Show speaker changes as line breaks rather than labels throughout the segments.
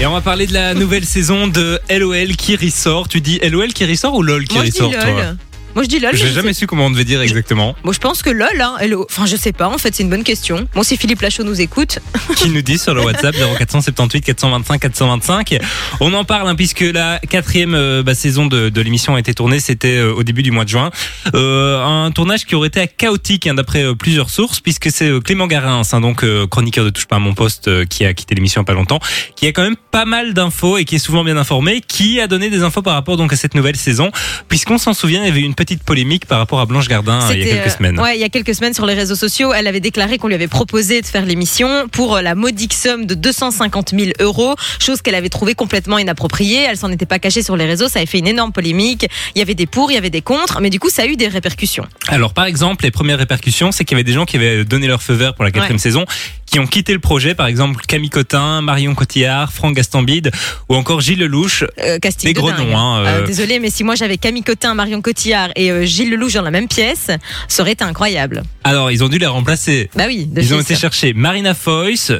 Et on va parler de la nouvelle saison de LOL qui ressort. Tu dis LOL qui ressort ou LOL qui
Moi je dis
ressort toi
LOL. Moi je dis LOL. mais
J'ai
je
jamais
sais-
su comment on devait dire exactement.
Bon, je pense que LOL, hein, LO. Enfin, je sais pas, en fait, c'est une bonne question. Bon, si Philippe Lachaud nous écoute,
qui nous dit sur le WhatsApp 0478 425 425. On en parle hein, puisque la quatrième euh, bah, saison de, de l'émission a été tournée, c'était euh, au début du mois de juin. Euh, un tournage qui aurait été chaotique hein, d'après euh, plusieurs sources puisque c'est euh, Clément Garin, hein, donc euh, chroniqueur de Touche pas à mon poste euh, qui a quitté l'émission il y a pas longtemps, qui a quand même pas mal d'infos et qui est souvent bien informé, qui a donné des infos par rapport donc à cette nouvelle saison puisqu'on s'en souvient, il y avait eu une petite polémique par rapport à Blanche Gardin euh, il y a
c'était,
quelques
euh,
semaines.
Ouais, il y a quelques semaines sur les réseaux sociaux, elle avait déclaré qu'on lui avait proposé de faire l'émission pour euh, la modique somme de 250 000 euros, chose qu'elle avait trouvée complètement inappropriée. Elle s'en était pas cachée sur les réseaux, ça avait fait une énorme polémique. Il y avait des pour, il y avait des contre, mais du coup, ça a eu des répercussions.
Alors par exemple, les premières répercussions, c'est qu'il y avait des gens qui avaient donné leur feu vert pour la quatrième
Ouais.
saison, qui ont quitté le projet, par exemple Camille Cotin, Marion Cotillard, Franck Gastambide ou encore Gilles Lelouch.
euh, casting
Des
de
gros
dingue.
noms, hein,
Euh,
euh.
désolé, mais si moi j'avais Camille Cotin, Marion Cotillard et euh, Gilles Lelouch dans la même pièce, ça aurait été incroyable.
Alors ils ont dû les remplacer.
Bah oui, de
Ils ont
fils.
été chercher Marina Foïs,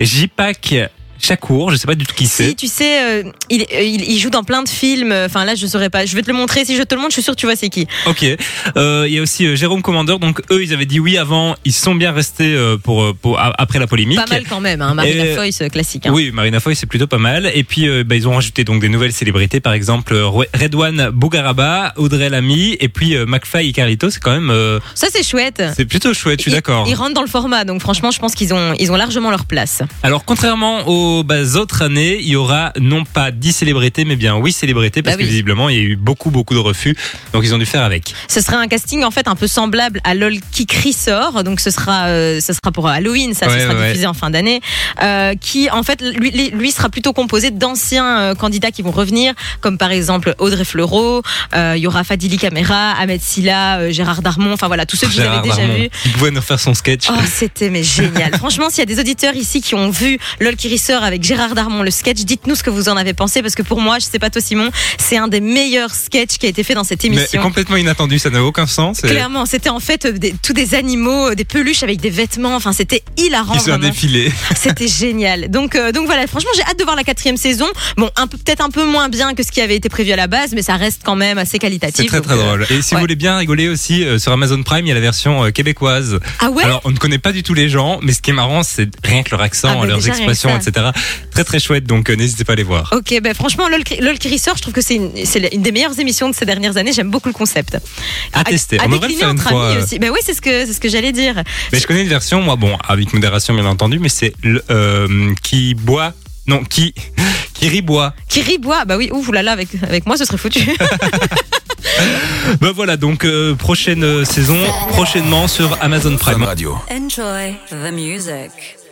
J-Pac Chakour, je sais pas du tout qui
Si
c'est.
tu sais, euh, il, euh, il- il joue dans plein de films. Enfin là, je saurais pas. Je vais te le montrer. Si je te le montre, je suis sûre que tu vois c'est qui.
Ok. Euh, Il y a aussi euh, Jérôme Commander. Donc eux, ils avaient dit oui avant. Ils sont bien restés euh, pour, euh, pour- a- après la polémique.
Pas mal quand même, hein, Marina
Et-
Foïs, euh, classique. hein.
Oui, Marina Foy, c'est plutôt pas mal. Et puis, euh, bah, ils ont rajouté donc des nouvelles célébrités, par exemple euh, Redouane Bougaraba, Audrey Lamy, et puis euh, McFly et Carlito. C'est quand même, euh,
Ça c'est chouette.
c'est plutôt chouette. Je suis
Ils-
d'accord.
Ils rentrent dans le format, donc franchement, je pense qu'ils ont, ils ont largement leur place.
Alors, contrairement aux bah, autres années, il y aura non pas 10 célébrités, mais bien 8 célébrités, parce
Bah
que
oui.
visiblement, il y a eu beaucoup, beaucoup de refus. Donc, ils ont dû faire avec.
Ce sera un casting en fait un peu semblable à LOL qui crie sort, donc ce sera, euh, ce sera pour Halloween, ça,
Ouais,
ce sera
ouais,
diffusé en fin d'année, euh, qui en fait lui, lui- lui sera plutôt composé d'anciens euh, candidats qui vont revenir, comme par exemple Audrey Fleurot, euh, il y aura Fadili Camera, Ahmed Silla, euh, Gérard Darmon, enfin voilà tous ceux que
Gérard
vous avez déjà
Darmon,
vus.
qui pouvait nous faire son sketch.
Oh, c'était mais génial. Franchement, s'il y a des auditeurs ici qui ont vu LOL qui ressort avec Gérard Darmon, le sketch, dites-nous ce que vous en avez pensé parce que pour moi, je sais pas toi Simon, c'est un des meilleurs sketchs qui a été fait dans cette
mais
émission.
complètement inattendu, ça n'a aucun sens.
Clairement, c'était en fait euh, des- tous des animaux, euh, des peluches avec des vêtements. Enfin, c'était hilarant.
Ils sont
vraiment.
défilé.
C'était génial. Donc, euh, donc voilà. Franchement, j'ai hâte de voir la quatrième saison. Bon, un peu peut-être un peu moins bien que ce qui avait été prévu à la base, mais ça reste quand même assez qualitatif.
C'est très
Donc,
très
euh,
drôle. Et si vous
ouais.
voulez bien rigoler aussi, euh, sur Amazon Prime, il y a la version euh, québécoise.
Ah ouais.
Alors, on ne connaît pas du tout les gens, mais ce qui est marrant, c'est rien que leur
Ah
accent,
bah
leurs
déjà, rien que
expressions,
ça.
etc. Très très chouette, donc euh, n'hésitez pas à les voir.
Ok, ben franchement, LOL, qui- LOL qui ressort, je trouve que c'est une, c'est une des meilleures émissions de ces dernières années. J'aime beaucoup le concept.
À tester.
À
On devrait le
décliner
faire une
entre
fois.
amis
euh,
aussi. Ben oui, c'est ce que c'est ce que j'allais dire.
Mais je connais une version, moi, bon, avec modération bien entendu, mais c'est le, euh, qui boit, non, qui qui riboit.
Kiri Bois, bah oui, ouf, là là, avec avec moi, ce serait foutu.
Ben voilà, donc euh, prochaine euh, saison, prochainement sur Amazon Prime.
Radio.
Enjoy the music.